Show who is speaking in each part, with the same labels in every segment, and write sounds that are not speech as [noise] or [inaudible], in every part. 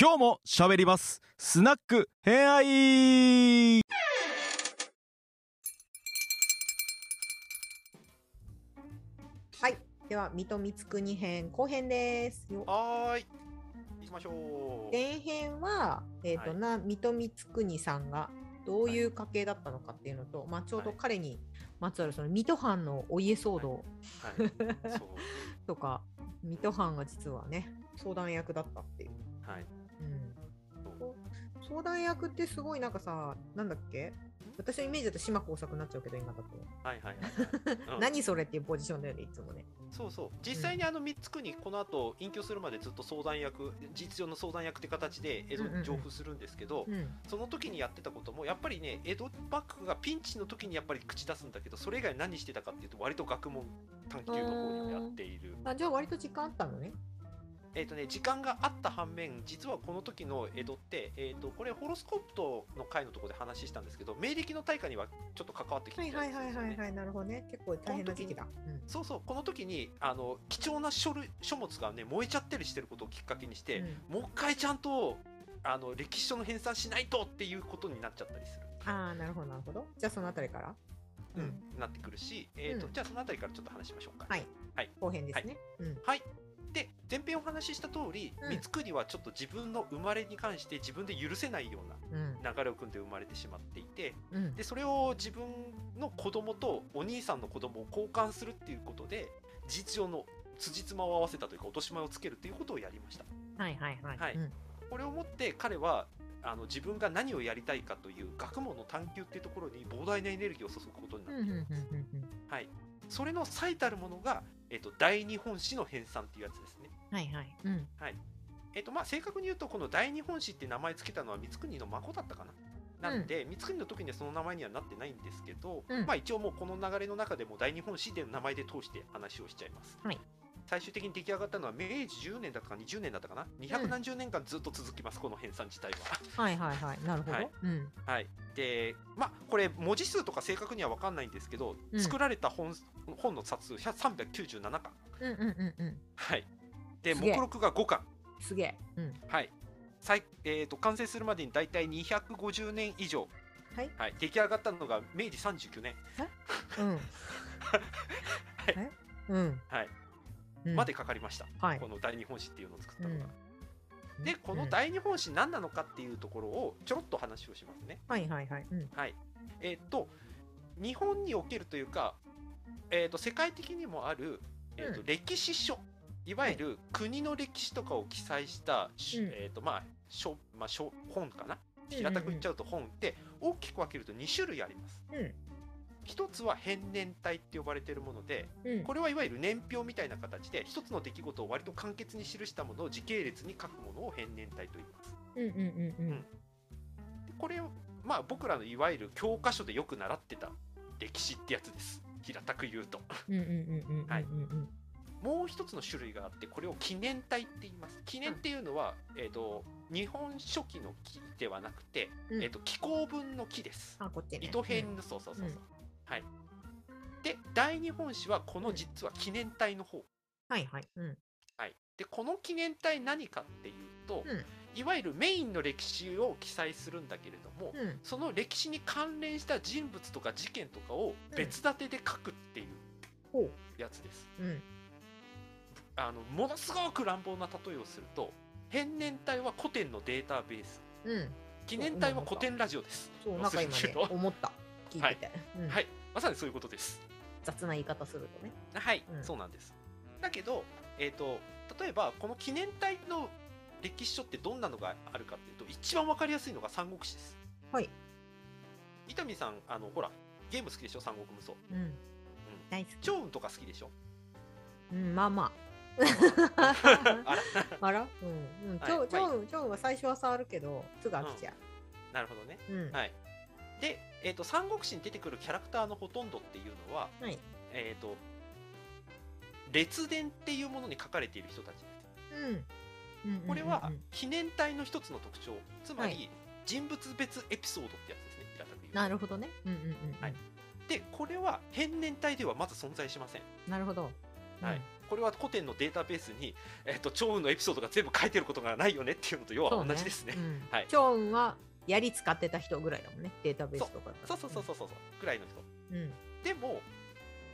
Speaker 1: 今日も喋りますスナック偏愛
Speaker 2: はい、では水戸光圀編後編です。よ
Speaker 3: はーい。行きましょう。
Speaker 2: 前編は、えーと
Speaker 3: はい
Speaker 2: な水戸光圀さんがどういう家系だったのかっていうのと、まあ、ちょうど
Speaker 3: はい
Speaker 2: 彼にまつわるその水戸藩のお家騒動
Speaker 3: はい。そう。
Speaker 2: とか、水戸藩が実はね相談役だったっていう。
Speaker 3: はい。
Speaker 2: うん
Speaker 3: そう
Speaker 2: 相談役ってすごいなんかさなんだっけ私のイメージだと島耕作になっちゃうけど今だと、
Speaker 3: はいはいはいはい。うん
Speaker 2: 何それっていうポジションだよねいつもね
Speaker 3: そうそう。実際にあの三つ国この後隠居するまでずっと相談役、事実上の相談役って形で江戸
Speaker 2: うんうんうん
Speaker 3: に上付するんですけど、
Speaker 2: うん
Speaker 3: その時にやってたこともやっぱりね江戸幕府がピンチの時にやっぱり口出すんだけど、それ以外何してたかっていうと割と学問探究の方にやっている。
Speaker 2: あじゃあ割と時間あったのね
Speaker 3: えっ、とね時間があった反面実はこの時の江戸ってえっ、とこれホロスコープとの回のところで話したんですけど明暦の大火にはちょっと関わってきて
Speaker 2: は
Speaker 3: た
Speaker 2: い
Speaker 3: りす
Speaker 2: はい
Speaker 3: るん
Speaker 2: は
Speaker 3: で
Speaker 2: いは
Speaker 3: すよ
Speaker 2: い
Speaker 3: ね。
Speaker 2: はいなるほどね結構大変な時期だ、うん
Speaker 3: そうそうこの時にあの貴重な書類書物がね燃えちゃったりしてることをきっかけにして、
Speaker 2: うん
Speaker 3: もう一回ちゃんとあの歴史書の編纂しないとっていうことになっちゃったりする、
Speaker 2: ああ、なるほど、なるほど。じゃあ、そのあたりから。うん
Speaker 3: なってくるし、えーと
Speaker 2: うん
Speaker 3: じゃあそのあたりからちょっと話しましょうか。
Speaker 2: はい。
Speaker 3: はい
Speaker 2: 後編ですね。うん。
Speaker 3: はい、で前編お話しした通り、
Speaker 2: うん
Speaker 3: 光圀はちょっと自分の生まれに関して自分で許せないよう
Speaker 2: う
Speaker 3: な
Speaker 2: ん。
Speaker 3: 流れを組んで生まれてしまっていて
Speaker 2: うん
Speaker 3: で。それを自分の子供とお兄さんの子供を交換するっていうことで事実上の辻褄を合わせたというか落とし前をつけるということをやりました
Speaker 2: はいはいはい。
Speaker 3: はい
Speaker 2: うん
Speaker 3: これをもって彼はあの自分が何をやりたいかという学問の探求っていうところに膨大なエネルギーを注ぐことにな
Speaker 2: う
Speaker 3: っ
Speaker 2: ん
Speaker 3: て
Speaker 2: う
Speaker 3: い
Speaker 2: ん
Speaker 3: る、
Speaker 2: うんうんうん
Speaker 3: それの最たるものが、えっと大日本史の編纂っていうやつですね
Speaker 2: はいはい。うん。
Speaker 3: えっとまあ、正確に言うとこの大日本史って名前つけたのは光圀の孫だったかな。なんで、光圀の時にはその名前にはなってないんですけど、
Speaker 2: うん
Speaker 3: まあ、一応もうこの流れの中でも大日本史での名前で通して話をしちゃいます。
Speaker 2: はい
Speaker 3: 最終的に出来上がったのは明治10年だったか20年だったかな200何十年間ずっと続きます、この編纂自体は。 [laughs]
Speaker 2: はいはいはい。なるほど。
Speaker 3: はい
Speaker 2: うん。
Speaker 3: はい、でまあこれ文字数とか正確には分かんないんですけど、
Speaker 2: うん
Speaker 3: 作られた本本の冊数397巻、
Speaker 2: うんうんうんうん。
Speaker 3: はい、です
Speaker 2: げえ
Speaker 3: 目録が5巻
Speaker 2: すげえ。うん。
Speaker 3: はい最えー、と完成するまでに大体250年以上、
Speaker 2: はい。
Speaker 3: はい、出来上がったのが明治39年
Speaker 2: うん。えうん。
Speaker 3: はい
Speaker 2: うん。
Speaker 3: までかかりました、
Speaker 2: はい
Speaker 3: こ。の大日本史っていうのを作っ
Speaker 2: う
Speaker 3: たのが。
Speaker 2: ん。
Speaker 3: でこの
Speaker 2: うん
Speaker 3: 大日本史何なのかっていうところをちょろっと話をしますね。
Speaker 2: はいはいはい。うん。
Speaker 3: はいえっ、と日本におけるというか、えー、と世界的にもある、えーと
Speaker 2: うん
Speaker 3: 歴史書いわゆる国の歴史とかを記載した、し
Speaker 2: うん
Speaker 3: えーとまあ書まあ、書本かな平たく言っちゃうと本って大きく分けると2種類あります。
Speaker 2: うん
Speaker 3: 一つは変年体って呼ばれているもので
Speaker 2: うん。
Speaker 3: これはいわゆる年表みたいな形で一つの出来事を割と簡潔に記したものを時系列に書くものを変年体と言います。
Speaker 2: うんうんうんうん。
Speaker 3: でこれをまあ僕らのいわゆる教科書でよく習ってた歴史ってやつです平たく言うと。
Speaker 2: うんうんうんうんうん。
Speaker 3: はい
Speaker 2: うんうん
Speaker 3: もう一つの種類があってこれを記念体って言います記念っていうのは、えー、と日本書紀の記ではなくて、
Speaker 2: うん
Speaker 3: えー、と紀行文の紀です。
Speaker 2: あ、こっちね。
Speaker 3: 糸編
Speaker 2: うん。
Speaker 3: の、そうそうそうそ
Speaker 2: う
Speaker 3: う、
Speaker 2: ん
Speaker 3: はいで大日本史はこの実は記念体の方、
Speaker 2: はいはい。うん。
Speaker 3: はい、でこの記念体何かっていうと、
Speaker 2: うん
Speaker 3: いわゆるメインの歴史を記載するんだけれども、
Speaker 2: うん。
Speaker 3: その歴史に関連した人物とか事件とかを別立てで書くってい
Speaker 2: ほう。
Speaker 3: うやつです、
Speaker 2: うん。
Speaker 3: あのものすごく乱暴な例えをすると変年体は古典のデータベース
Speaker 2: うん。
Speaker 3: 記念体は古典ラジオです
Speaker 2: そう、なんか今
Speaker 3: 忘れ
Speaker 2: ね
Speaker 3: てる、の
Speaker 2: 思った。聞いてて。うん
Speaker 3: はいまさにそういうことです
Speaker 2: 雑な言い方するとね。
Speaker 3: はい、
Speaker 2: うん
Speaker 3: そうなんです。だけど、えー、と例えばこの記念体の歴史書ってどんなのがあるかっていうと一番わかりやすいのが三国志です。
Speaker 2: はい。
Speaker 3: 伊丹さんあのほらゲーム好きでしょ三国無双。
Speaker 2: うん。大好き。
Speaker 3: 趙雲とか好きでしょ。
Speaker 2: うん、まあま
Speaker 3: あ
Speaker 2: あ。
Speaker 3: ら
Speaker 2: [laughs] あら、うん、うん、
Speaker 3: はい
Speaker 2: ちょう、
Speaker 3: まあ
Speaker 2: ちょう、ちょうは最初は触るけど、すぐ飽きちゃ
Speaker 3: なるほどね。
Speaker 2: う。うん。
Speaker 3: はいで、えー、と三国志に出てくるキャラクターのほとんどっていうのは、
Speaker 2: はい
Speaker 3: えー、と列伝っていうものに書かれている人たちです。
Speaker 2: うん。うん。
Speaker 3: これは
Speaker 2: うんうん
Speaker 3: 記念体の一つの特徴つま
Speaker 2: はい
Speaker 3: り人物別エピソードってやつですね平たく言うと
Speaker 2: なるほどね。うん、うん、うん。
Speaker 3: はいでこれは変年体ではまず存在しません
Speaker 2: なるほど。
Speaker 3: はい、これは古典のデータベースに、えっと趙雲のエピソードが全部書いてることがないよねっていうのと要は同じですね。
Speaker 2: そううん
Speaker 3: はい
Speaker 2: 趙雲は槍使ってた人ぐらいだもんねデータベースとかだった
Speaker 3: そ
Speaker 2: ら
Speaker 3: うそうそうそうそうそうぐらいの人
Speaker 2: うん
Speaker 3: でも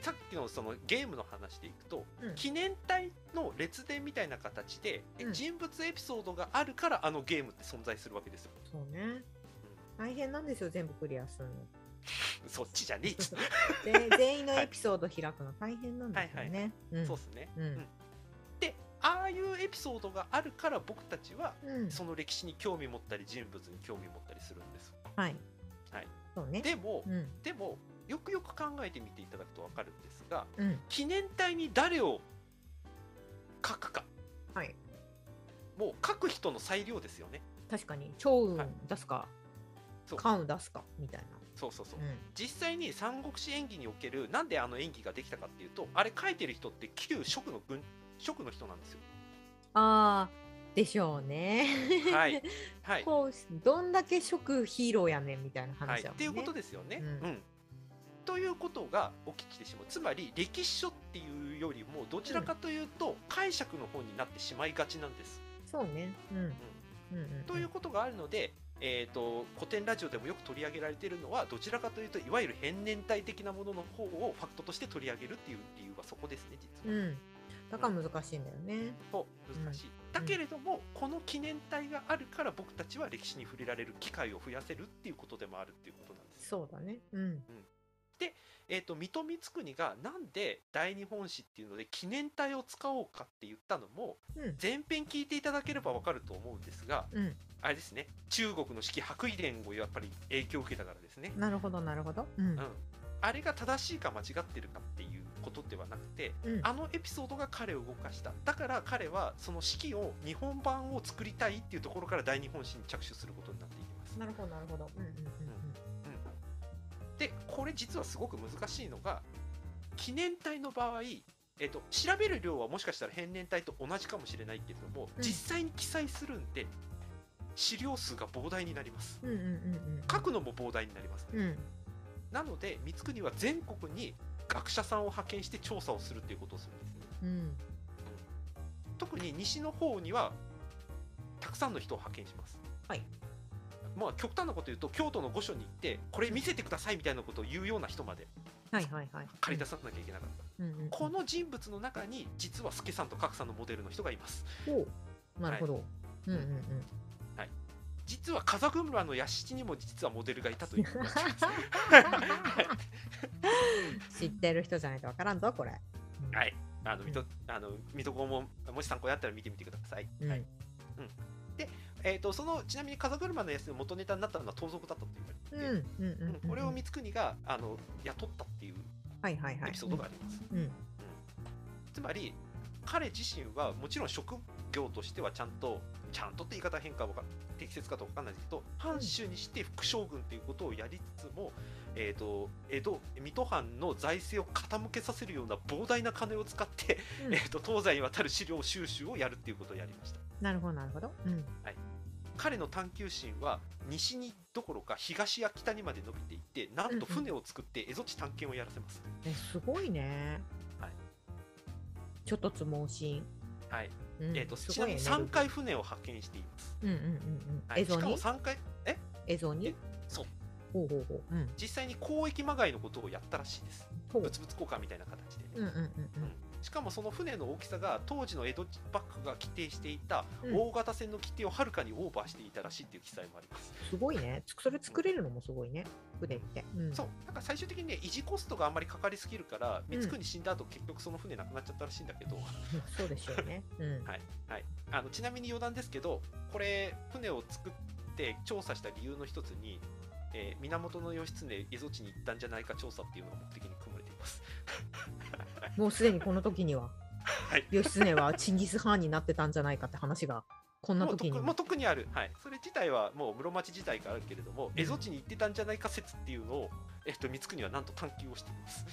Speaker 3: さっきのそのゲームの話でいくと、
Speaker 2: うん
Speaker 3: 記念隊の列伝みたいな形で、え
Speaker 2: うん
Speaker 3: 人物エピソードがあるからあのゲームって存在するわけですよ。
Speaker 2: そうね大変なんですよ全部クリアするの
Speaker 3: うんそっちじゃねえっつ
Speaker 2: 全 [laughs] 全員のエピソード開くの大変なんですよねうん
Speaker 3: そうっすね。
Speaker 2: うん
Speaker 3: んでああいうエピソードがあるから僕たちは
Speaker 2: うん
Speaker 3: その歴史に興味持ったり人物に興味持ったりするんです。
Speaker 2: はい
Speaker 3: はい
Speaker 2: そうね
Speaker 3: でも、
Speaker 2: うん
Speaker 3: でもよくよく考えてみていただくと分かるんですが
Speaker 2: うん
Speaker 3: 記念隊に誰を書くか
Speaker 2: はい
Speaker 3: もう書く人の裁量ですよね。
Speaker 2: 確かに趙
Speaker 3: は
Speaker 2: 雲
Speaker 3: い
Speaker 2: 出すか
Speaker 3: そう
Speaker 2: 関羽出すかみたいな
Speaker 3: そうそうそう
Speaker 2: う。ん
Speaker 3: 実際に三国志演技におけるなんであの演技ができたかっていうとあれ書いてる人って旧職の軍職の人なんですよ。
Speaker 2: あーでしょうね [laughs]
Speaker 3: はいはい、
Speaker 2: こうどんだけ食ヒーローやねんみたいな
Speaker 3: はい、
Speaker 2: 話だ
Speaker 3: っ
Speaker 2: もん
Speaker 3: て
Speaker 2: ね、
Speaker 3: いうことですよね。
Speaker 2: うん
Speaker 3: うんということが起きてしまうつまり歴史書っていうよりもどちらかというと解釈の方になってしまいがちなんです。
Speaker 2: そうねうんうんうんうん
Speaker 3: ということがあるので、えー、と古典ラジオでもよく取り上げられているのはどちらかというといわゆる変年体的なものの方をファクトとして取り上げるっていう理由はそこですね実
Speaker 2: う
Speaker 3: は。
Speaker 2: んだから難しいんだよね
Speaker 3: そう難しい、だけれどもこの記念体があるから僕たちは歴史に触れられる機会を増やせるっていうことでもあるっていうことなんです。
Speaker 2: そうだねうん
Speaker 3: えー、と水戸光圀がなんで大日本史っていうので記念体を使おうかって言ったのも
Speaker 2: うん
Speaker 3: 前編聞いていただければわかると思うんですが
Speaker 2: うん
Speaker 3: あれですね中国の式白衣伝をやっぱり影響を受けたからですね。
Speaker 2: なるほどなるほどうん
Speaker 3: うん、あれが正しいか間違ってるかっていうことではなくて
Speaker 2: うん
Speaker 3: あのエピソードが彼を動かしただから彼はその式を日本版を作りたいっていうところから大日本史に着手することになっていきます、
Speaker 2: なるほどなるほどうんうん
Speaker 3: うん、でこれ実はすごく難しいのが記念体の場合えっと、調べる量はもしかしたら変年体と同じかもしれないけれども、
Speaker 2: うん
Speaker 3: 実際に記載するんで資料数が膨大になります
Speaker 2: うんうんうんうんうん
Speaker 3: 書くのも膨大になりますね、
Speaker 2: うんうん
Speaker 3: なので光圀は全国に学者さんを派遣して調査をするということをするんですね
Speaker 2: うん
Speaker 3: 特に西の方にはたくさんの人を派遣します
Speaker 2: はい
Speaker 3: まあ極端なこと言うと京都の御所に行ってこれ見せてくださいみたいなことを言うような人まで
Speaker 2: はいはいはい
Speaker 3: 借り出さなきゃいけなかった、
Speaker 2: うんうんうん
Speaker 3: この人物の中に実は助さんと格さんのモデルの人がいます
Speaker 2: おうなるほど、うんうんうん
Speaker 3: 実は風村の屋敷にも実はモデルがいた
Speaker 2: [laughs]
Speaker 3: という
Speaker 2: [laughs] 知ってる人じゃないとわからんぞこれ
Speaker 3: はいあの水戸あの水戸黄門もし参考になったら見てみてください、
Speaker 2: うん
Speaker 3: はいえー、とそのちなみに風車のやつの元ネタになったのは盗賊だったと言わ
Speaker 2: う
Speaker 3: れ
Speaker 2: ん
Speaker 3: ていて、
Speaker 2: うんうんうんうん
Speaker 3: これを光圀があの雇ったっていう
Speaker 2: はいはいはい
Speaker 3: エピソードがあります、
Speaker 2: うん
Speaker 3: つまり彼自身はもちろん職業としてはちゃんとちゃんとって言い方変かわかん適切かと分かんないですけど藩主にして副将軍ということをやりつつも、えー、と江戸水戸藩の財政を傾けさせるような膨大な金を使って、
Speaker 2: うん
Speaker 3: えー、と東西にわたる資料収集をやるっていうことをやりました
Speaker 2: なるほどなるほどうん
Speaker 3: 彼の探求心は西にどころか東や北にまで伸びていってなんと船を作って蝦夷地探検をやらせます、
Speaker 2: えすごいね。
Speaker 3: はい。
Speaker 2: ちょっとつ盲信。
Speaker 3: はい
Speaker 2: うん
Speaker 3: えー、と
Speaker 2: す
Speaker 3: ちな
Speaker 2: ごい
Speaker 3: み
Speaker 2: エネ
Speaker 3: に
Speaker 2: ルギー
Speaker 3: 3回船を派遣しています
Speaker 2: うんうんうんうん。
Speaker 3: は
Speaker 2: 映
Speaker 3: い、し
Speaker 2: 像
Speaker 3: かも
Speaker 2: に
Speaker 3: 3回え
Speaker 2: 映像に
Speaker 3: えそう
Speaker 2: ほうほうほう。うん。
Speaker 3: 実際に交易まがいのことをやったらしいです
Speaker 2: ほ
Speaker 3: 物
Speaker 2: う。
Speaker 3: 々交換みたいな形でね、
Speaker 2: うんうんうんうん。
Speaker 3: しかもその船の大きさが当時の江戸幕府が規定していた
Speaker 2: うん
Speaker 3: 大型船の規定をはるかにオーバーしていたらしいっていう記載もあります、
Speaker 2: すごいね。つそれ作れるのもすごいね。船って。うん。
Speaker 3: そうなんか最終的にね維持コストがあんまりかかりすぎるから光圀死んだ後結局その船なくなっちゃったらしいんだけど、
Speaker 2: まあそうでしょうね。うん。
Speaker 3: [laughs] はいはい、あのちなみに余談ですけどこれ船を作って調査した理由の一つに、えー源義経蝦夷地に行ったんじゃないか調査っていうのが目的に組まれています
Speaker 2: もうすでにこの時には、
Speaker 3: はい
Speaker 2: 義経はチンギスハーンになってたんじゃないかって話がこんな
Speaker 3: もう
Speaker 2: 時
Speaker 3: 特
Speaker 2: に
Speaker 3: もう特にある、はい、それ自体はもう室町時代からあるけれども、
Speaker 2: うん
Speaker 3: 蝦夷地に行ってたんじゃないか説っていうのを、えっと、光圀はなんと探求をしています。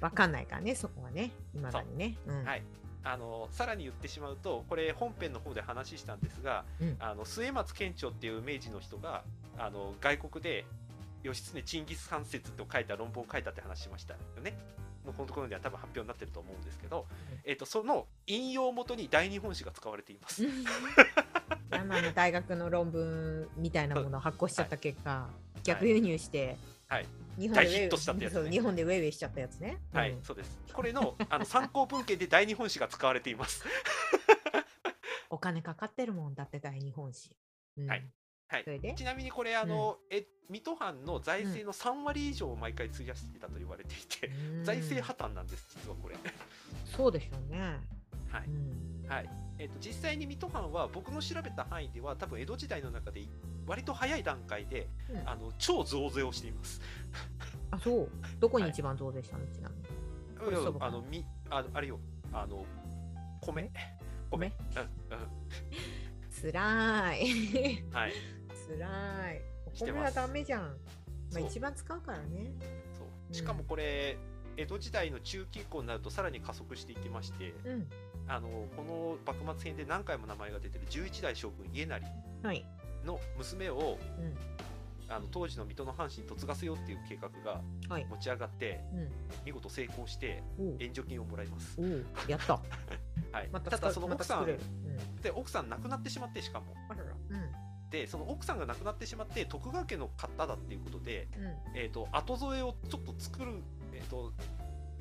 Speaker 2: わかんないからねそこはねいまだにね。うん [laughs]
Speaker 3: はい [laughs] あのさらに言ってしまうとこれ本編の方で話したんですが、
Speaker 2: うん
Speaker 3: あの末松県庁っていう明治の人があの外国で義経チンギス・ハン説と書いた論文を書いたって話しましたよね。のこのところでは多分発表になってると思うんですけど、えっとその引用元に大日本史が使われています。
Speaker 2: 生の大学の論文みたいなものを発行しちゃった結果、逆輸入して、
Speaker 3: はい
Speaker 2: 日本
Speaker 3: 大
Speaker 2: でウ
Speaker 3: ヒ
Speaker 2: ェイ
Speaker 3: ットしたってやつね
Speaker 2: そう日本でウェイウェイしちゃったやつね。
Speaker 3: はい、
Speaker 2: うん
Speaker 3: そうです。これのあの参考文献で大日本史が使われています。
Speaker 2: お金かかってるもんだって大日本史。うん
Speaker 3: はいはい
Speaker 2: それで
Speaker 3: ちなみにこれあの、え水戸藩の財政の3割以上を毎回費やしていたと言われていて、
Speaker 2: うん
Speaker 3: 財政破綻なんです実はこれ。
Speaker 2: そうでしょうね。
Speaker 3: はい
Speaker 2: うん
Speaker 3: はいえっと実際に水戸藩は僕の調べた範囲では多分江戸時代の中で割と早い段階で、
Speaker 2: うん
Speaker 3: あの超増税をしています。
Speaker 2: あそうどこに
Speaker 3: はい
Speaker 2: 一番増税したのちなみに。
Speaker 3: いや
Speaker 2: そうか
Speaker 3: あのみあのあれよあの米米
Speaker 2: 米
Speaker 3: うん
Speaker 2: つらーい。 [laughs]
Speaker 3: うんはい
Speaker 2: つらい。お
Speaker 3: して
Speaker 2: 米
Speaker 3: ま
Speaker 2: は
Speaker 3: す
Speaker 2: ダメじゃん。ま
Speaker 3: そ
Speaker 2: あ、
Speaker 3: う
Speaker 2: 一番使うからね。
Speaker 3: そうしかもこれ、江戸時代の中期以降になるとさらに加速していきまして、
Speaker 2: うん。
Speaker 3: あのこの幕末編で何回も名前が出てる11代将軍家成
Speaker 2: はい。
Speaker 3: の娘を
Speaker 2: う
Speaker 3: あの当時の水戸の藩士に嫁がせようっていう計画が
Speaker 2: ん。はい。
Speaker 3: 持ち上がって
Speaker 2: うん。
Speaker 3: 見事成功して
Speaker 2: おう
Speaker 3: 援助金をもらいます、
Speaker 2: おうやった。
Speaker 3: はい、
Speaker 2: また
Speaker 3: ただ
Speaker 2: 使
Speaker 3: そうの
Speaker 2: ま
Speaker 3: 奥
Speaker 2: た
Speaker 3: さん
Speaker 2: 作れる
Speaker 3: で。奥さん亡くなってしまってしかも
Speaker 2: うん。あらら。う
Speaker 3: でその奥さんが亡くなってしまって徳川家の方だっていうことで、
Speaker 2: ん。うん。
Speaker 3: えー、と後添えをちょっと作る、えー、と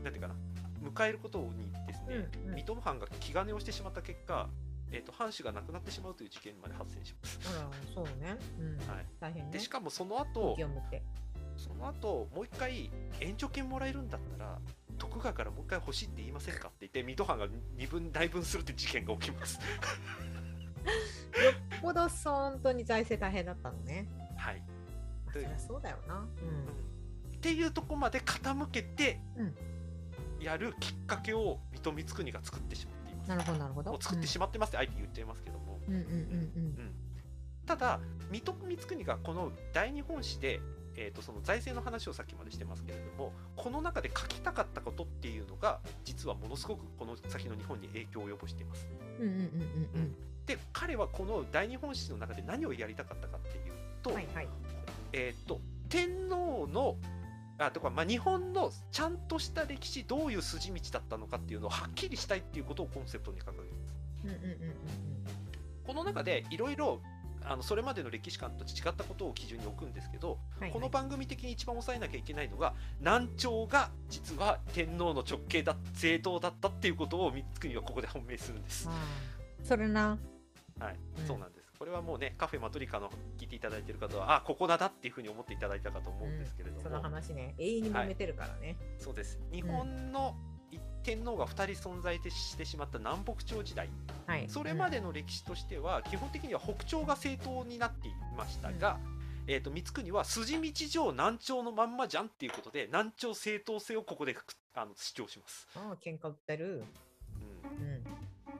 Speaker 3: なんていうかな迎えることにですね、
Speaker 2: うんうん
Speaker 3: 水戸藩が気兼ねをしてしまった結果、えー、と藩主が亡くなってしまうという事件まで発生します。
Speaker 2: あら、そうね。うん。
Speaker 3: はい
Speaker 2: 大変ね。
Speaker 3: でしかもその後
Speaker 2: 勇気を持って。
Speaker 3: その後もう一回援助金もらえるんだったら徳川からもう一回欲しいって言いませんかって言って水戸藩が二分大分するって事件が起きます
Speaker 2: ほど本当に財政大変だったのね。
Speaker 3: はい、
Speaker 2: まあ、そり
Speaker 3: で
Speaker 2: ゃそうだよな。
Speaker 3: うんっていうとこまで傾けて
Speaker 2: うん
Speaker 3: やるきっかけを水戸光圀が作ってしまっていま
Speaker 2: うん。
Speaker 3: す
Speaker 2: なるほど、なるほど。
Speaker 3: もう作ってし
Speaker 2: ま
Speaker 3: まってますってあえて言っちゃいますけども、
Speaker 2: うん。うんうん
Speaker 3: ただ水戸光圀がこの大日本史で、えー、とその財政の話をさっきまでしてますけれどもこの中で書きたかったことっていうのが実はものすごくこの先の日本に影響を及ぼしています
Speaker 2: うんうん。うんうんうんうん
Speaker 3: で彼はこの大日本史の中で何をやりたかったかっていうと,、
Speaker 2: うん。はいはい。
Speaker 3: えー、と天皇のあとかまあ、日本のちゃんとした歴史どういう筋道だったのかっていうのをはっきりしたいっていうことをコンセプトに掲げてます。
Speaker 2: うんうんうんうん
Speaker 3: この中でいろいろあのそれまでの歴史観と違ったことを基準に置くんですけど、
Speaker 2: うん。
Speaker 3: この番組的に一番抑えなきゃいけないのが南朝が実は天皇の直系だ正統だったっていうことを光圀はここで判明するんです。
Speaker 2: はいはい。ああそれな。
Speaker 3: はい、
Speaker 2: うん
Speaker 3: そうなんです。これはもうね、カフェマトリカの聞いていただいている方は、あ、ここだなっていうふうに思っていただいたかと思うんですけれど
Speaker 2: そ
Speaker 3: も、
Speaker 2: の話ね。永遠に揉めてるからね。
Speaker 3: そうです。日本の一天皇が2人存在してしまった南北朝時代、
Speaker 2: はい。
Speaker 3: それま
Speaker 2: で。
Speaker 3: での歴史としては、基本的には北朝が正統になっていましたが、えー、と光圀は筋道上南朝のまんまじゃんっていうことで南朝正統性をここでくあの主張します、
Speaker 2: ああ、喧嘩売ってる。
Speaker 3: うん、
Speaker 2: うん。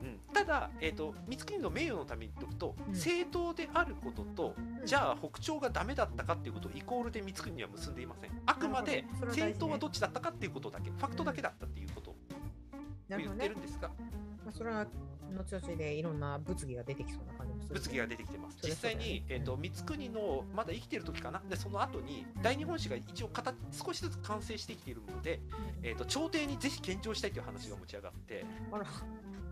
Speaker 3: うん、ただ、えー、と光圀の名誉のために言っとくと、
Speaker 2: うん
Speaker 3: 正当であることと、
Speaker 2: うん
Speaker 3: じゃあ北朝がダメだったかっていうことをイコールで光圀には結んでいませんあくまで
Speaker 2: なるほどそれは大事ね
Speaker 3: 正当はどっちだったかっていうことだけ、ファクトだけだったっていうことを
Speaker 2: なる
Speaker 3: 言
Speaker 2: ほ
Speaker 3: っ
Speaker 2: どね
Speaker 3: てる。んですが、
Speaker 2: まあ、それは後々でいろんな物議が出てきそうな感じもする。
Speaker 3: 物議が出てきてます
Speaker 2: そ
Speaker 3: 実
Speaker 2: りゃそうだ
Speaker 3: 際
Speaker 2: よね
Speaker 3: に、えー、と光圀のまだ生きてる時かなでその後に大日本史が一応形少しずつ完成してきているので、えー、と朝廷にぜひ献上したいという話が持ち上がって
Speaker 2: あら、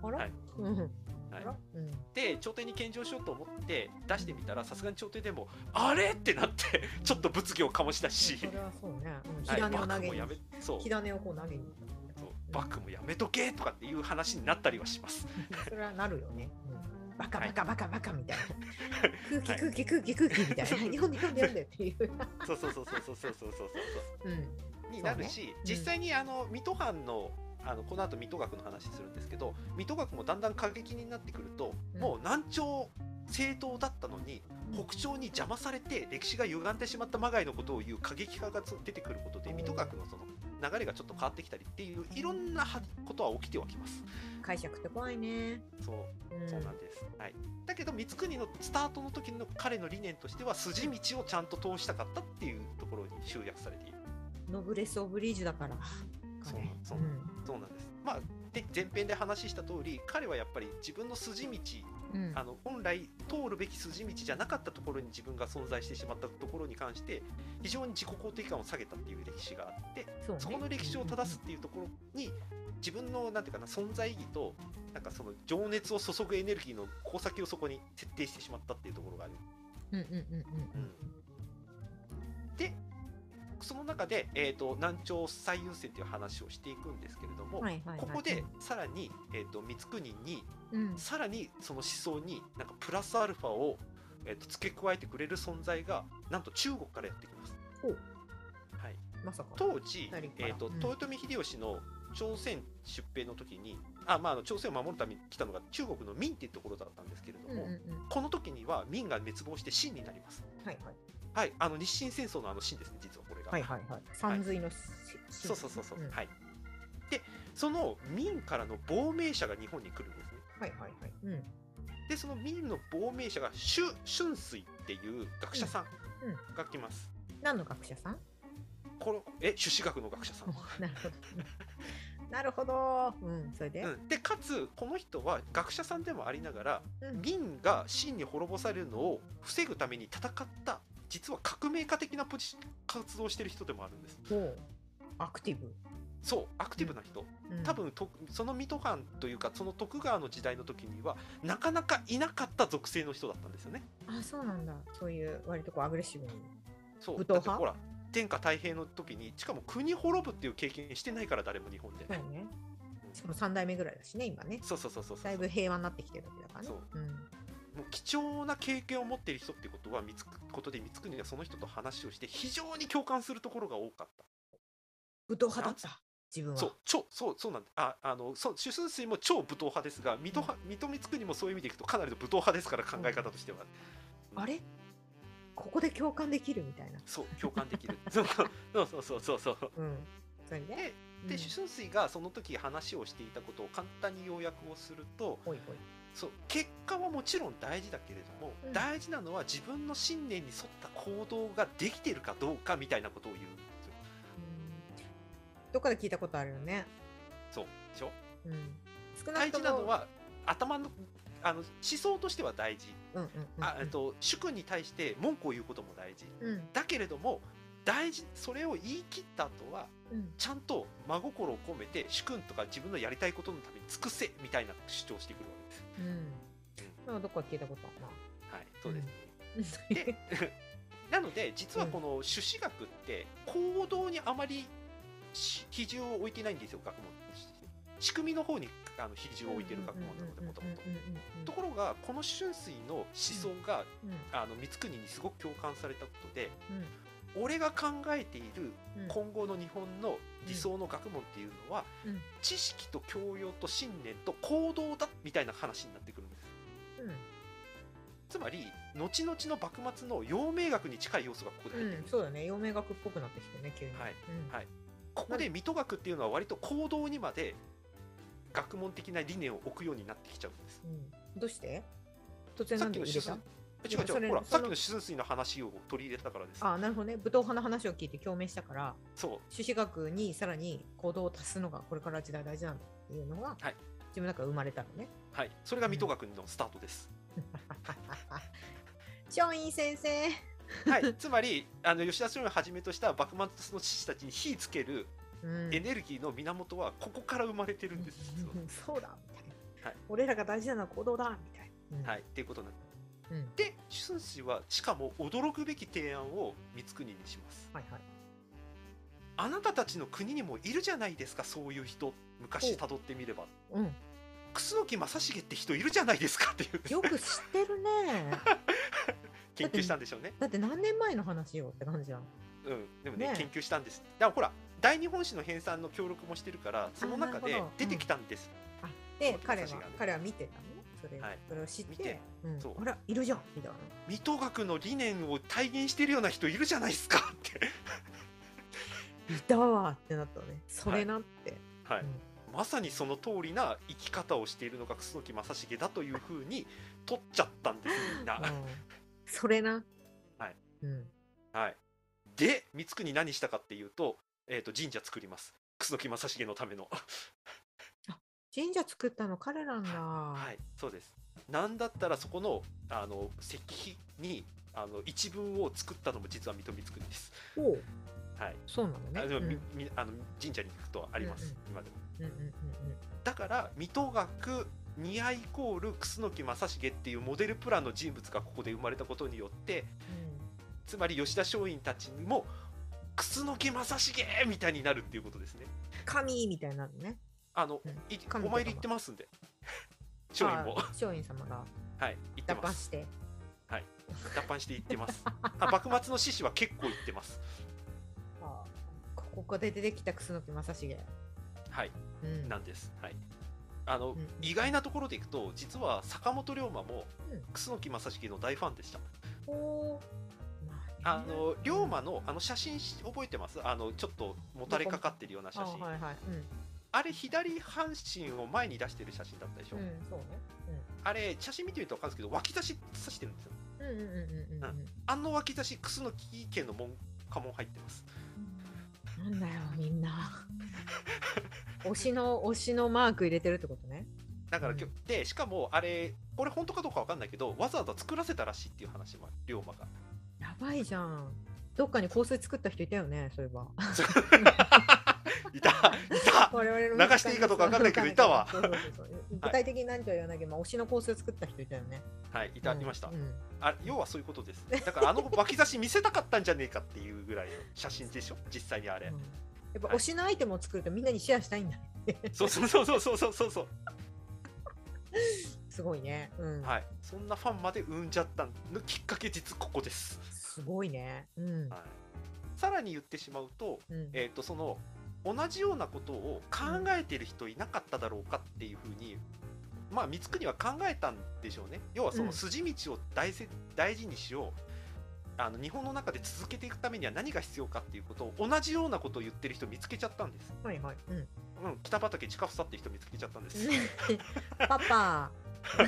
Speaker 2: あら、
Speaker 3: はい
Speaker 2: うん、あ
Speaker 3: はい
Speaker 2: ら、うん、
Speaker 3: で朝廷に献上しようと思って出してみたらさすがに朝廷でもあれってなって [laughs] ちょっと物議を醸し出し
Speaker 2: それはそうね、うん、
Speaker 3: は
Speaker 2: 火
Speaker 3: い
Speaker 2: 種を投
Speaker 3: バ
Speaker 2: げに、
Speaker 3: ックもやめそう
Speaker 2: 火種をこう投げに、 [laughs]
Speaker 3: そうバックもやめとけとかっていう話になったりはします
Speaker 2: それはなるよね。うん、バカ
Speaker 3: は
Speaker 2: バ
Speaker 3: い
Speaker 2: カバカバカみ
Speaker 3: [laughs]
Speaker 2: たいな、
Speaker 3: はい
Speaker 2: 空気空気空気空気みた
Speaker 3: [laughs]
Speaker 2: いな、日本で読んで読んでっていう、
Speaker 3: そうそうそうそうそうそうそうそう
Speaker 2: うん、
Speaker 3: そうになるし、
Speaker 2: ん
Speaker 3: 実際にあの水戸藩のあのこの後水戸学の話するんですけど水戸学もだんだん過激になってくると、
Speaker 2: うん
Speaker 3: もう南朝正統だったのに北朝に邪魔されて歴史が歪んでしまったまがいのことを言う過激派が出てくることで
Speaker 2: うん
Speaker 3: 水戸学のその流れがちょっと変わってきたりっていういろんなはことは起きてはきます。
Speaker 2: 解釈って怖いね。
Speaker 3: そう
Speaker 2: うん、
Speaker 3: そうなんです、はい、だけど光圀のスタートの時の彼の理念としては筋道をちゃんと通したかったっていうところに集約されている
Speaker 2: ノブレスオブリージュだから。
Speaker 3: そうなんそう
Speaker 2: う
Speaker 3: なん
Speaker 2: ん
Speaker 3: そうなんです、まあ、で前編で話した通り彼はやっぱり自分の筋道
Speaker 2: うん
Speaker 3: あの本来通るべき筋道じゃなかったところに自分が存在してしまったところに関して非常に自己肯定感を下げたっていう歴史があって
Speaker 2: そうね
Speaker 3: そこの歴史を正すっていうところに自分のなんていうかな存在意義となんかその情熱を注ぐエネルギーの交先をそこに設定してしまったっていうところがある。
Speaker 2: うんうんうんうんうん
Speaker 3: でその中で、えー、と南朝最優先という話をしていくんですけれども、
Speaker 2: はいはいはい
Speaker 3: ここでさらに、えー、と光圀に
Speaker 2: うん
Speaker 3: さらにその思想になんかプラスアルファを、えー、と付け加えてくれる存在がなんと中国からやってきます。
Speaker 2: お
Speaker 3: はい、
Speaker 2: まさか
Speaker 3: 当時
Speaker 2: 誰、から
Speaker 3: えーと
Speaker 2: うん
Speaker 3: 豊臣秀吉の朝鮮出兵の時にあ、まあ、あの朝鮮を守るために来たのが中国の明っていうところだったんですけれど
Speaker 2: うんうん
Speaker 3: も、
Speaker 2: うん
Speaker 3: この時には明が滅亡して清になります。
Speaker 2: はいはい
Speaker 3: はい、あの日清戦争のあの清ですね、実はこれが。
Speaker 2: はいはいはい山水のしし
Speaker 3: そうそうそうそう、
Speaker 2: んはい
Speaker 3: はい。で、その明からの亡命者が日本に来るんですね。
Speaker 2: はいはいうんうん
Speaker 3: で、その明の亡命者が朱春水っていう学者さん
Speaker 2: うんうん
Speaker 3: が来ます。
Speaker 2: 何の学者さん
Speaker 3: このえ朱子学の学者さん。
Speaker 2: [laughs] なるほどなるほどうんそれで
Speaker 3: うん、でかつこの人は学者さんでもありながら
Speaker 2: うん
Speaker 3: 明が清に滅ぼされるのを防ぐために戦った実は革命家的なポジ活動をしてる人でもあるんです
Speaker 2: ほうアクティブ
Speaker 3: そうアクティブな人、
Speaker 2: うん
Speaker 3: 多分とその水戸藩というかその徳川の時代の時にはなかなかいなかった属性の人だったんですよね。
Speaker 2: あそうなんだそういう割とこうアグレッシブに
Speaker 3: そう
Speaker 2: 武闘
Speaker 3: だって
Speaker 2: 派
Speaker 3: ほら天下太平の時にしかも国滅ぶっていう経験してないから誰も日本で、
Speaker 2: そうねしかも3代目ぐらいだしね今ね
Speaker 3: そうそうそうそうそう
Speaker 2: だいぶ平和になってきてるわけだからね
Speaker 3: そう
Speaker 2: うん
Speaker 3: もう貴重な経験を持っている人ってことは見つくことで光圀はその人と話をして非常に共感するところが多かった。
Speaker 2: 武闘派だった自分は
Speaker 3: そう超そうそうなんだああのそう主春水も超武闘派ですが水戸派水戸光圀もそういう意味でいくとかなりの武闘派ですから考え方としては。
Speaker 2: あれここで共感できるみたいな
Speaker 3: そう共感できる [laughs] そうそうそうそうそうそう
Speaker 2: うんそれで
Speaker 3: で
Speaker 2: うん
Speaker 3: で、主春水がその時話をしていたことを簡単に要約をすると
Speaker 2: ほいほい
Speaker 3: そう結果はもちろん大事だけれども、
Speaker 2: うん
Speaker 3: 大事なのは自分の信念に沿った行動ができてるかどうかみたいなことを言うんですよ。
Speaker 2: うんどっかで聞いたことあるよね
Speaker 3: そうでしょ
Speaker 2: うん少な
Speaker 3: 大
Speaker 2: くと
Speaker 3: 事
Speaker 2: も
Speaker 3: なのは頭のあの思想としては大事、
Speaker 2: うんうんうん
Speaker 3: あえっと主君に対して文句を言うことも大事
Speaker 2: うん
Speaker 3: だけれども大事それを言い切った後は
Speaker 2: うん
Speaker 3: ちゃんと真心を込めて主君とか自分のやりたいことのために尽くせみたいな主張をしてくるわけです。
Speaker 2: うんなんかどっかで聞いたことあるな
Speaker 3: はい、そうですね、 [laughs]
Speaker 2: うん
Speaker 3: なので実はこの朱子学って行動にあまりし比重を置いてないんですよ学問として仕組みの方にあの比重を置いてる学問なのでもともと
Speaker 2: うん。うんうんうんうんうん
Speaker 3: ところがこの春水の思想が、
Speaker 2: うん
Speaker 3: あの光圀にすごく共感されたことで
Speaker 2: うん
Speaker 3: 俺が考えている
Speaker 2: うん
Speaker 3: 今後の日本の理想の学問っていうのは、
Speaker 2: うん
Speaker 3: 知識と教養と信念と行動だみたいな話になってくるんですつまり後々の幕末の陽明学に近い要素がここで
Speaker 2: う
Speaker 3: 入
Speaker 2: ん
Speaker 3: っ
Speaker 2: うんん
Speaker 3: てくるです、
Speaker 2: そうだね陽明学っぽくなってきてね急に
Speaker 3: はい
Speaker 2: うん
Speaker 3: はいここで水戸学っていうのは割と行動にまで学問的な理念を置くようになってきちゃうんです
Speaker 2: うんどうして突然
Speaker 3: さ
Speaker 2: な
Speaker 3: っ
Speaker 2: ん
Speaker 3: き
Speaker 2: で
Speaker 3: の
Speaker 2: 入
Speaker 3: 主
Speaker 2: れた
Speaker 3: 水
Speaker 2: いや
Speaker 3: 違う
Speaker 2: そ
Speaker 3: 違
Speaker 2: れ
Speaker 3: うほら
Speaker 2: その
Speaker 3: さっきの主水の話を取り入れたからです
Speaker 2: あなるほどね武闘派の話を聞いて共鳴したから
Speaker 3: そう
Speaker 2: 朱子学にさらに行動を足すのがこれから時代大事なんだっていうのが、
Speaker 3: はい
Speaker 2: 自分の中で生まれたのね。 [laughs]
Speaker 3: はい、それが水戸学のスタートです。
Speaker 2: 松陰先生
Speaker 3: はい、つまりあの吉田松陰をはじめとした幕末の志士たちに火つける
Speaker 2: うん
Speaker 3: エネルギーの源はここから生まれてるんです。実は
Speaker 2: うん [laughs] そうだみたいな、
Speaker 3: はい
Speaker 2: 俺らが大事なのは行動だみたいな。うん
Speaker 3: はい、っていうことなんで
Speaker 2: うん
Speaker 3: で春水はしかも驚くべき提案を光圀にします。
Speaker 2: はいはい
Speaker 3: あなたたちの国にもいるじゃないですかそういう人昔辿ってみれば
Speaker 2: うん、
Speaker 3: 楠木正成って人いるじゃないですかっていう
Speaker 2: よく知ってるね
Speaker 3: [laughs] 研究したんでしょうね。
Speaker 2: だって何年前の話よって感じじゃん。
Speaker 3: うん、でもね
Speaker 2: ねえ
Speaker 3: 研究したんです。だからほら大日本史の編纂の協力もしてるからその中
Speaker 2: あなる
Speaker 3: で
Speaker 2: ほど
Speaker 3: 出てきたんです。
Speaker 2: あで
Speaker 3: 松陰
Speaker 2: 彼
Speaker 3: 先
Speaker 2: は、
Speaker 3: 生がね
Speaker 2: 彼は見てたのねそれ,、
Speaker 3: はい
Speaker 2: それを知っ
Speaker 3: 見
Speaker 2: て
Speaker 3: て
Speaker 2: うん
Speaker 3: そう
Speaker 2: あらいるじゃんみたいな。
Speaker 3: 水戸学の理念を体現してるような人いるじゃないですかって、
Speaker 2: いたわってなったね。それなって。
Speaker 3: はい
Speaker 2: うん
Speaker 3: まさにその通りな生き方をしているのが楠木正成だというふうに取っちゃったんですみんな、
Speaker 2: うん [laughs] それな。
Speaker 3: はい。
Speaker 2: うん。
Speaker 3: はい、で光圀何したかっていうと,、えー、と神社作ります楠木正成のための
Speaker 2: 神社作ったの彼なんだ。
Speaker 3: はいそうですなんだったらそこのあの石碑にあの一文を作ったのも実は水戸光圀です。
Speaker 2: おう
Speaker 3: はい、
Speaker 2: そうなのね
Speaker 3: あ。でも、
Speaker 2: うん
Speaker 3: みみあの神社に行くとあります、
Speaker 2: うん
Speaker 3: 今でも。
Speaker 2: うんうん
Speaker 3: だから水戸学似合いイコール楠木正成っていうモデルプランの人物がここで生まれたことによってつまり吉田松陰たちにも楠木正成みたいになるっていうことですね。
Speaker 2: うん神みたいになるのね。
Speaker 3: あの、
Speaker 2: うん
Speaker 3: い
Speaker 2: 神
Speaker 3: お
Speaker 2: 様
Speaker 3: 参り行ってます
Speaker 2: [laughs]
Speaker 3: んで松陰も
Speaker 2: あ。ー松陰様
Speaker 3: [laughs]
Speaker 2: が
Speaker 3: はい、行って
Speaker 2: 脱
Speaker 3: ま
Speaker 2: 藩
Speaker 3: す
Speaker 2: し。て。
Speaker 3: 脱藩して行ってます。あ幕末の志士は結構行ってます。
Speaker 2: あーここで出てきた楠木正成。
Speaker 3: はい、
Speaker 2: うん
Speaker 3: なんです。はい。あの、
Speaker 2: うん
Speaker 3: 意外なところでいくと、実は坂本龍馬も
Speaker 2: うん
Speaker 3: 楠木正成の大ファンでした。
Speaker 2: おーま
Speaker 3: あ
Speaker 2: ね
Speaker 3: の龍馬のあの写真し覚えてます？あのちょっともたれかかってるような写
Speaker 2: あ
Speaker 3: 真。
Speaker 2: はいはい。
Speaker 3: あれ左半身を前に出してる写真だったでしょ
Speaker 2: うん、う。ん、そうね。
Speaker 3: あれ写真見てみるとわかるんですけど、脇差し刺してるんですよ。
Speaker 2: うんうんうんうんうんうん。
Speaker 3: あの脇差し楠木家の門家紋入ってます。
Speaker 2: なんだよみんな推しの推しのマーク入れてるってことね
Speaker 3: だから
Speaker 2: うん
Speaker 3: きょ、でしかもあれこれ本当かどうかわかんないけどわざわざ作らせたらしいっていう話もある龍
Speaker 2: [laughs]
Speaker 3: 馬が
Speaker 2: やばいじゃんどっかに香水作った人いたよねそういえば
Speaker 3: いたいた
Speaker 2: 我々の
Speaker 3: 流していいかどうかわかんないけどいたわ
Speaker 2: そうそうそうそう具体的に何とは言わないけど、まあ、推しの香水作った人いたよね
Speaker 3: はいいた、いました、
Speaker 2: うん
Speaker 3: あ要はそういうことですだからあの脇差し見せたかったんじゃねえかっていうぐらいの写真でしょ実際にあれ、
Speaker 2: うんやっぱ推しのアイテムを作るとみんなにシェアしたいんだね
Speaker 3: そうそうそうそうそうそうそうそう
Speaker 2: すごいね、うん
Speaker 3: はいそんなファンまで生んじゃったのきっかけ実ここです、
Speaker 2: すごいねうん
Speaker 3: はい、さらに言ってしまうと
Speaker 2: うん
Speaker 3: えっ、とその同じようなことを考えてる人いなかっただろうかっていうふうに、まあ光圀は考えたんでしょうね要はそうの
Speaker 2: ん
Speaker 3: 筋道を大せ大事にしようあの日本の中で続けていくためには何が必要かっていうことを同じようなことを言ってる人見つけちゃったんです、
Speaker 2: はいはい、うん、
Speaker 3: うん、北畠近房って人見つけちゃった
Speaker 2: [laughs]
Speaker 3: んです、
Speaker 2: パパ
Speaker 3: はい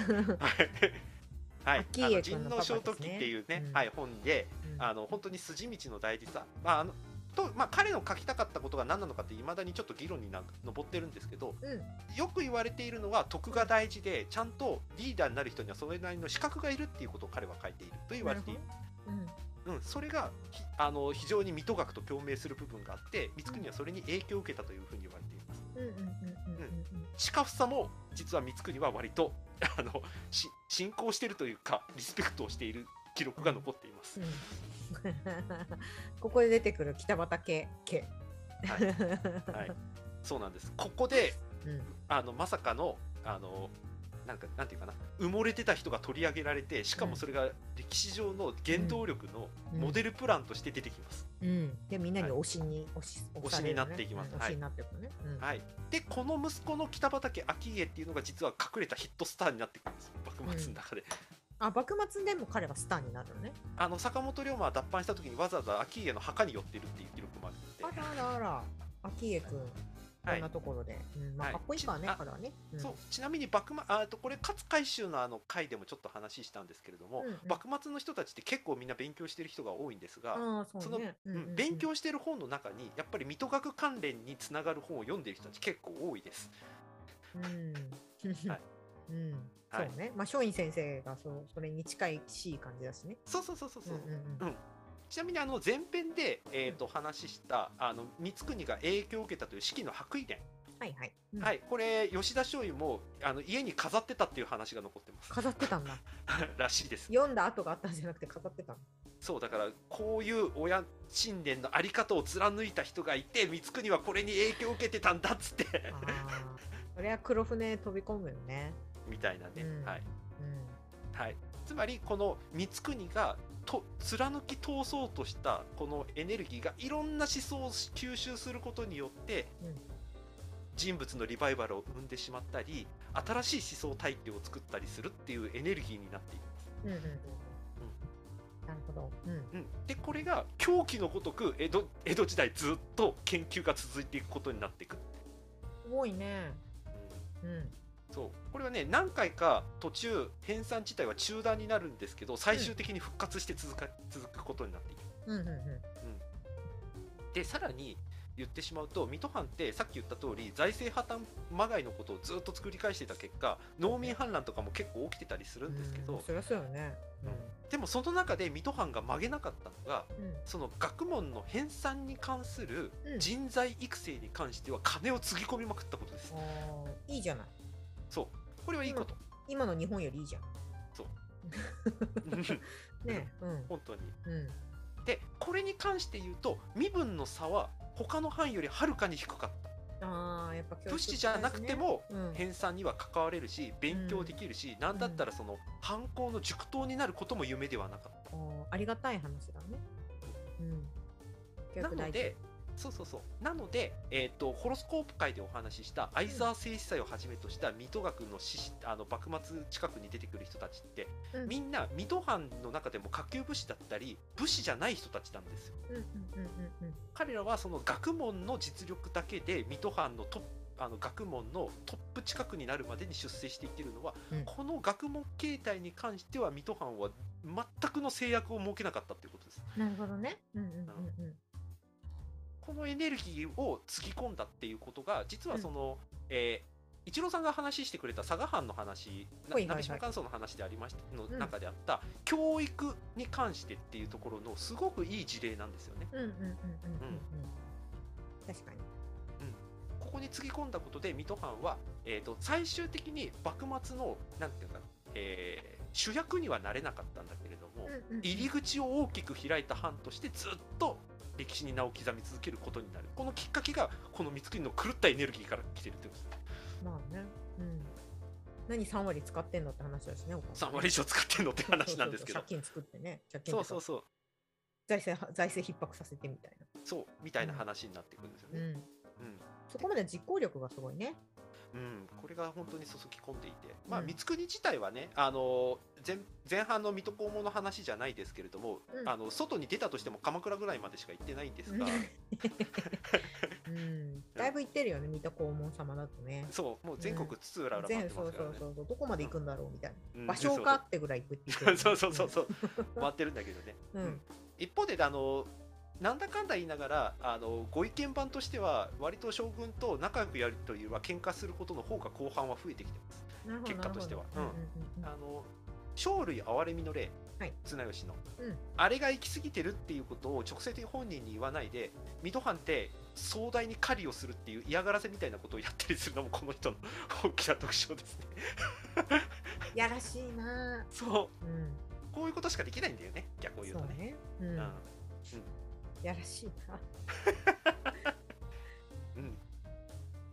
Speaker 3: はい、
Speaker 2: 昭
Speaker 3: あの
Speaker 2: 家
Speaker 3: 人
Speaker 2: 君のパ
Speaker 3: の
Speaker 2: パ
Speaker 3: 聖
Speaker 2: ですね
Speaker 3: 徳記っていうね、
Speaker 2: うん
Speaker 3: はい、本で
Speaker 2: うん
Speaker 3: あの本当に筋道の大事さ、まああのとまあ、彼の書きたかったことが何なのかっていまだにちょっと議論にな上ってるんですけど
Speaker 2: うん
Speaker 3: よく言われているのは徳が大事でちゃんとリーダーになる人にはそれなりの資格がいるっていうことを彼は書いていると言われている
Speaker 2: なうん
Speaker 3: うん、それがひあの非常に水戸学と共鳴する部分があって光圀はそれに影響を受けたというふうに言われています
Speaker 2: うんうんうんうんうんうん
Speaker 3: 近房も実は光圀は割とあのし信仰しているというかリスペクトをしている記録が残っています
Speaker 2: うんここで出てくる北畠家。
Speaker 3: はいはい、そうなんです。ここで、
Speaker 2: うん
Speaker 3: あのまさかの、あの。なんか、なんていうかな、埋もれてた人が取り上げられて、しかもそれが歴史上の原動力の
Speaker 2: うん
Speaker 3: モデルプランとして出てきます。
Speaker 2: うん、でみんなに
Speaker 3: はい
Speaker 2: 推しに、推し
Speaker 3: 推し
Speaker 2: される
Speaker 3: になっていきます
Speaker 2: うん
Speaker 3: はい
Speaker 2: 推しになっていくね。うん
Speaker 3: はい、で、この息子の北畠顕家っていうのが、実は隠れたヒットスターになってくるんです。幕末の中で、
Speaker 2: あ幕末でも彼はスターになるのね。
Speaker 3: あの坂本龍馬は脱藩した時に、わざわざ顕家の墓に寄ってるっていう記録もある
Speaker 2: あ
Speaker 3: ので。
Speaker 2: らあらあら、昭恵君、こ
Speaker 3: はい
Speaker 2: んなところで、うんまあ、
Speaker 3: はい
Speaker 2: かっこいいからね
Speaker 3: ちあ、
Speaker 2: 彼はね。ん
Speaker 3: そうちなみに幕末ああとこれ勝海舟のあの回でもちょっと話したんですけれども、
Speaker 2: うんうん
Speaker 3: 幕末の人たちって結構みんな勉強してる人が多いんですが、
Speaker 2: ああそうね。
Speaker 3: う
Speaker 2: うんうんうん
Speaker 3: ん、勉強してる本の中にやっぱり水戸学関連につながる本を読んでる人たち結構多いです。
Speaker 2: うん。
Speaker 3: はい
Speaker 2: [laughs] うん、そ
Speaker 3: は
Speaker 2: う
Speaker 3: い
Speaker 2: ね。まあ松陰先生がそうそれに近いしい感じだしね。
Speaker 3: そうそうそうそうそう、
Speaker 2: うんうんうん
Speaker 3: ちなみにあの前編で、えー、と話したあの光圀が影響を受けたという四季の白衣伝、
Speaker 2: はいはい。うん
Speaker 3: はい、これ吉田松陰もあの家に飾ってたっていう話が残ってます
Speaker 2: 飾ってたんだ。
Speaker 3: [laughs] らしいです。
Speaker 2: 読んだ後があったんじゃなくて飾ってた
Speaker 3: [laughs]
Speaker 2: の。
Speaker 3: そうだからこういう親信念のあり方を貫いた人がいて光圀はこれに影響を受けてたんだっつって
Speaker 2: あーそれは黒船飛び込むよね。
Speaker 3: [laughs] みたいなね。
Speaker 2: うん
Speaker 3: はい
Speaker 2: うん。
Speaker 3: はい、つまりこの光圀がと貫き通そうとしたこのエネルギーがいろんな思想を吸収することによって、
Speaker 2: うん
Speaker 3: 人物のリバイバルを生んでしまったり新しい思想体系を作ったりするっていうエネルギーになっている。
Speaker 2: うんうんうん。なるほど。うん。
Speaker 3: うん、でこれが狂気のごとく江戸江戸時代ずっと研究が続いていくことになっていく。
Speaker 2: すごいね。
Speaker 3: うん
Speaker 2: うん。
Speaker 3: そうこれはね何回か途中編纂自体は中断になるんですけど最終的に復活して続か続くことになってい
Speaker 2: う
Speaker 3: く
Speaker 2: んうんうん。
Speaker 3: でさらに、言ってしまうと水戸藩ってさっき言った通り財政破綻まがいのことをずっと作り返してた結果農民反乱とかも結構起きてたりするんですけ
Speaker 2: う
Speaker 3: ど
Speaker 2: んそりゃそうよね。
Speaker 3: でもその中で水戸藩が曲げなかったのが
Speaker 2: うん。うん
Speaker 3: その学問の編纂に関する
Speaker 2: うん
Speaker 3: 人材育成に関しては金をつぎ込みまくったことです。
Speaker 2: あーいいじゃない。
Speaker 3: そうこれはいいこと。
Speaker 2: 今の日本よりいいじゃん。ね。うん。
Speaker 3: [laughs] 本当に
Speaker 2: うん。
Speaker 3: でこれに関して言うと身分の差は他の藩よりはるかに低かった
Speaker 2: ああ、やっぱ教育
Speaker 3: 武士じゃなくても
Speaker 2: 大事ね、うん、
Speaker 3: 編纂には関われるし勉強できるし、なんだったらその藩校の塾頭になることも夢ではなかった、
Speaker 2: おーありがたい話だね。うん。教
Speaker 3: な
Speaker 2: 育
Speaker 3: の
Speaker 2: 大事
Speaker 3: でそうそうそうなので、えー、とホロスコープ会でお話しした相沢正司祭をはじめとした水戸学の志士あの幕末近くに出てくる人たちって、
Speaker 2: うん
Speaker 3: みんな水戸藩の中でも下級武士だったり武士じゃない人たちなんですよ
Speaker 2: うんうんうんうん
Speaker 3: 彼らはその学問の実力だけで水戸藩のトップあの学問のトップ近くになるまでに出世していけるのは、
Speaker 2: うん
Speaker 3: この学問形態に関しては水戸藩は全くの制約を設けなかったということです。
Speaker 2: うん。なるほどね。うんうんうんうん。
Speaker 3: このエネルギーをつぎ込んだっていうことが実はその、えー一郎さんが話してくれた佐賀藩の話、な
Speaker 2: はいはいはい
Speaker 3: 鍋島感想の話でありましたの
Speaker 2: ん
Speaker 3: 中であった、教育に関してっていうところのすごくいい事例なんですよね。
Speaker 2: うんうんうんうんうんうん。確かに。
Speaker 3: ここにつぎ込んだことで水戸藩は、えー、と最終的に幕末のなんていうかな、えー主役にはなれなかったんだけれども、
Speaker 2: うんうんうん
Speaker 3: 入り口を大きく開いた藩としてずっと歴史に名を刻み続けることになるこのきっかけがこの光圀の狂ったエネルギーから来てるってこと
Speaker 2: まあね。うん。何三割使ってんのって話だしね。お母
Speaker 3: です
Speaker 2: さん
Speaker 3: 3割以上使ってんのって話なんですけど
Speaker 2: そうそうそう借金作ってね。借金
Speaker 3: そ
Speaker 2: と
Speaker 3: う
Speaker 2: か
Speaker 3: そうそう
Speaker 2: 財政は財政逼迫させてみたい
Speaker 3: そうみたいな話になってくるんですよ
Speaker 2: な。う
Speaker 3: ね。
Speaker 2: ん。
Speaker 3: うん
Speaker 2: そこまでの実行力がすごいね。
Speaker 3: うん、これが本当に注ぎ込んでいて、まあ、
Speaker 2: うん
Speaker 3: 光圀自体はね、あの前前半の水戸黄門の話じゃないですけれども、
Speaker 2: うん
Speaker 3: あの外に出たとしても鎌倉ぐらいまでしか行ってないんですが、 [laughs]
Speaker 2: うん。だいぶ行ってるよね。水戸黄門様だとね。
Speaker 3: そう、もう全国津々浦々回っ
Speaker 2: 全
Speaker 3: てま
Speaker 2: そう
Speaker 3: すか
Speaker 2: そ
Speaker 3: ら
Speaker 2: う
Speaker 3: ね
Speaker 2: そうそうどこまで行くんだろうみたいな。
Speaker 3: うん。
Speaker 2: 場所かってぐらい行くってい
Speaker 3: [laughs] そうそうそうそう
Speaker 2: う。
Speaker 3: そうそう、回ってるんだけどね。
Speaker 2: うんうん
Speaker 3: 一方で、あのなんだかんだ言いながら、あのご意見版としては、割と将軍と仲良くやるというよりは、喧嘩することの方が後半は増えてきてます。
Speaker 2: なるほど
Speaker 3: 結果としてはうん
Speaker 2: なるほどうんうんうんうん
Speaker 3: あの生類憐れみの例、
Speaker 2: はい
Speaker 3: 綱吉の、
Speaker 2: うん
Speaker 3: あれが行き過ぎてるっていうことを直接本人に言わないで水戸藩って壮大に狩りをするっていう嫌がらせみたいなことをやったりするのもこの人の [laughs] 大きな特徴ですね
Speaker 2: やらしいな
Speaker 3: そ
Speaker 2: ぁ。うん。
Speaker 3: うこういうことしかできないんだよね逆を言う
Speaker 2: そ
Speaker 3: と
Speaker 2: う
Speaker 3: ね
Speaker 2: ね。うん
Speaker 3: う。ん
Speaker 2: やらしいな。
Speaker 3: うん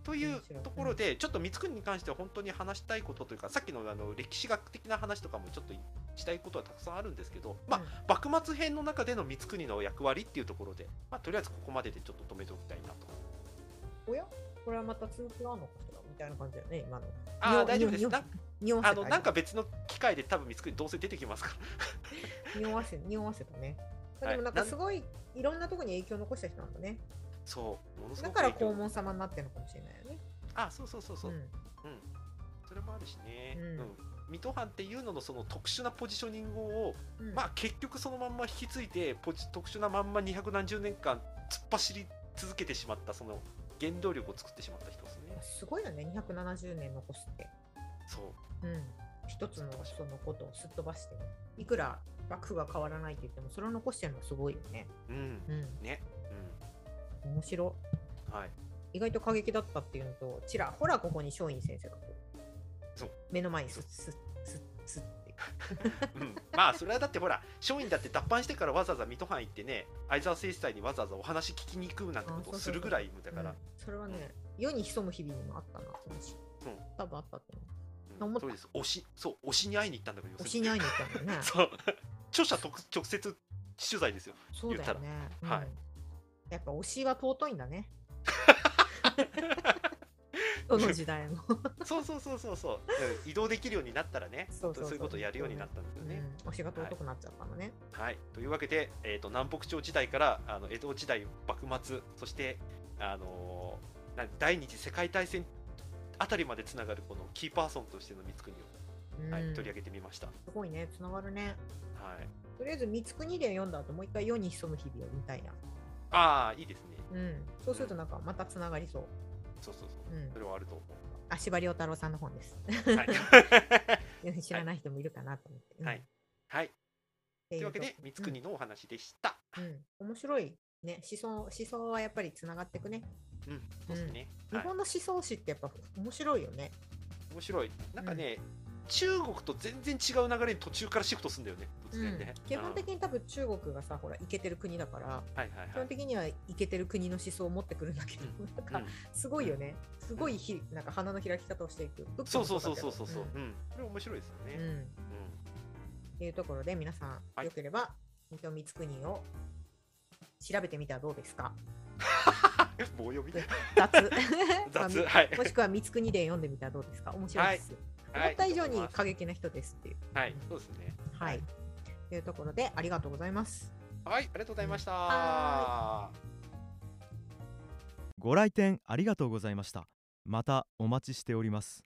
Speaker 3: という
Speaker 2: 面白い
Speaker 3: ところで、ちょっと光圀に関しては本当に話したいことというかさっきのあの歴史学的な話とかもちょっとしたいことはたくさんあるんですけど、まあ、幕末編の中での光圀の役割っていうところで、まあ、とりあえずここまででちょっと止めておきたいなと。
Speaker 2: うんおやこれはまた続きがあるのかしらみたいな感じだよね、今の。
Speaker 3: あ
Speaker 2: 日
Speaker 3: あ
Speaker 2: 本
Speaker 3: 大丈夫です
Speaker 2: 日本
Speaker 3: な
Speaker 2: 匂わせた
Speaker 3: あのなんか別の機会で多分光圀どうせ出てきますから
Speaker 2: 今匂わせ、匂わせたね。
Speaker 3: は
Speaker 2: で
Speaker 3: い
Speaker 2: もなんか
Speaker 3: なん
Speaker 2: すごいいろんなところに影響を残した人なんだね。
Speaker 3: そうものすご
Speaker 2: だ
Speaker 3: く
Speaker 2: から
Speaker 3: 影響
Speaker 2: 黄門様になってるのかもしれないよね。
Speaker 3: あそうそうそうそう、
Speaker 2: ん
Speaker 3: それもあるしね、
Speaker 2: う
Speaker 3: うんん水戸藩っていうののその特殊なポジショニングを、
Speaker 2: うん
Speaker 3: まあ結局そのまんま引き継いでポジ特殊なまんま2百何十年間突っ走り続けてしまったその原動力を作ってしまった人ですね
Speaker 2: すごいよね、270年残すって。
Speaker 3: そう
Speaker 2: うん、一つのそのことをすっ飛ばしてねいくら幕府が変わらないって言ってもそれを残してるのはすごいよね。
Speaker 3: うん
Speaker 2: うん、
Speaker 3: ね
Speaker 2: 面白
Speaker 3: うんはい
Speaker 2: い意外と過激だったっていうのとちらほらここに松陰先生がこう
Speaker 3: そう
Speaker 2: 目の前にスッスッスッスッって
Speaker 3: うん、まあそれはだってほら松陰だって脱藩してからわざわざ水戸藩行ってね相沢正司祭にわざわざお話聞きに行くなんてことをするぐらいだから
Speaker 2: うん、それはね世に潜む日々にもあったなそのし
Speaker 3: うん
Speaker 2: 多分あったと思
Speaker 3: うん
Speaker 2: 思った
Speaker 3: そうです推しそう推しに会いに行ったんだけど
Speaker 2: う推しに会いに行ったもんね
Speaker 3: [laughs] そう著者と直接取材ですよ
Speaker 2: そうだよね、うん、
Speaker 3: はい
Speaker 2: やっぱ推しは尊いんだ
Speaker 3: [laughs]
Speaker 2: ねどの時代も
Speaker 3: [laughs] そうそうそうそ
Speaker 2: [laughs]
Speaker 3: うそう、うん移動できるようになったらね
Speaker 2: そうそうそう
Speaker 3: いうことをやるようになったんですよね、
Speaker 2: うん、お仕事遅くなっちゃったのね。
Speaker 3: はいというわけで、えー、と南北朝時代からあの江戸時代幕末そしてあのーな第二次世界大戦あたりまでつながるこのキーパーソンとしての光圀をはい、
Speaker 2: うん
Speaker 3: 取り上げてみました。は
Speaker 2: すごいね、つながるね。
Speaker 3: い、
Speaker 2: とりあえず、三つ国で読んだ後、もう一回世に潜む日々を見たいな。
Speaker 3: ああ、いいですね。
Speaker 2: ううん、そうするとなんかまたつながりそう。
Speaker 3: そうそうそう
Speaker 2: うん
Speaker 3: そ、れはあると思
Speaker 2: あ司馬遼太郎さんの本です。 [laughs]
Speaker 3: う。はい。
Speaker 2: 知らない人もいるかなと思って。うん
Speaker 3: はいはい、
Speaker 2: と
Speaker 3: というわけで、三
Speaker 2: 国
Speaker 3: 国のお話でした。
Speaker 2: うん、面白いね思想思想はやっぱりつながっていくね、
Speaker 3: うん、そうですね。
Speaker 2: 日
Speaker 3: はい
Speaker 2: 本の思想史ってやっぱ面白いよね
Speaker 3: 面白い。なんかね、中国と全然違う流れに途中からシフトするんだよね、突然ね
Speaker 2: う。ん基本的
Speaker 3: に。
Speaker 2: に多分中国がさほらいけてる国だから
Speaker 3: はいはいはい。
Speaker 2: 基本的にはいけてる国の思想を持ってくるんだけど、なんか
Speaker 3: うん
Speaker 2: すごいよね、すごいひなんか花の開き方をしていく
Speaker 3: そうそうそうそうそうそう
Speaker 2: う。
Speaker 3: うん、これ面白いですよ
Speaker 2: ん、
Speaker 3: ね。
Speaker 2: うん、っ
Speaker 3: うん
Speaker 2: ていうところで皆さん
Speaker 3: はい
Speaker 2: よければ水戸光圀を調べてみたらどうですか
Speaker 3: え棒読み
Speaker 2: 雑雑まあ
Speaker 3: [laughs] 雑はい
Speaker 2: もしくは光圀伝読んでみたらどうですか面白いですよ、
Speaker 3: はい
Speaker 2: 思った以上
Speaker 3: い
Speaker 2: に
Speaker 3: いと思います
Speaker 2: 過激な人ですっていう
Speaker 3: はいそうですね
Speaker 2: はい。というところでありがとうございます。
Speaker 3: はいありがとうございました
Speaker 2: は
Speaker 1: ご来店ありがとうございましたまたお待ちしております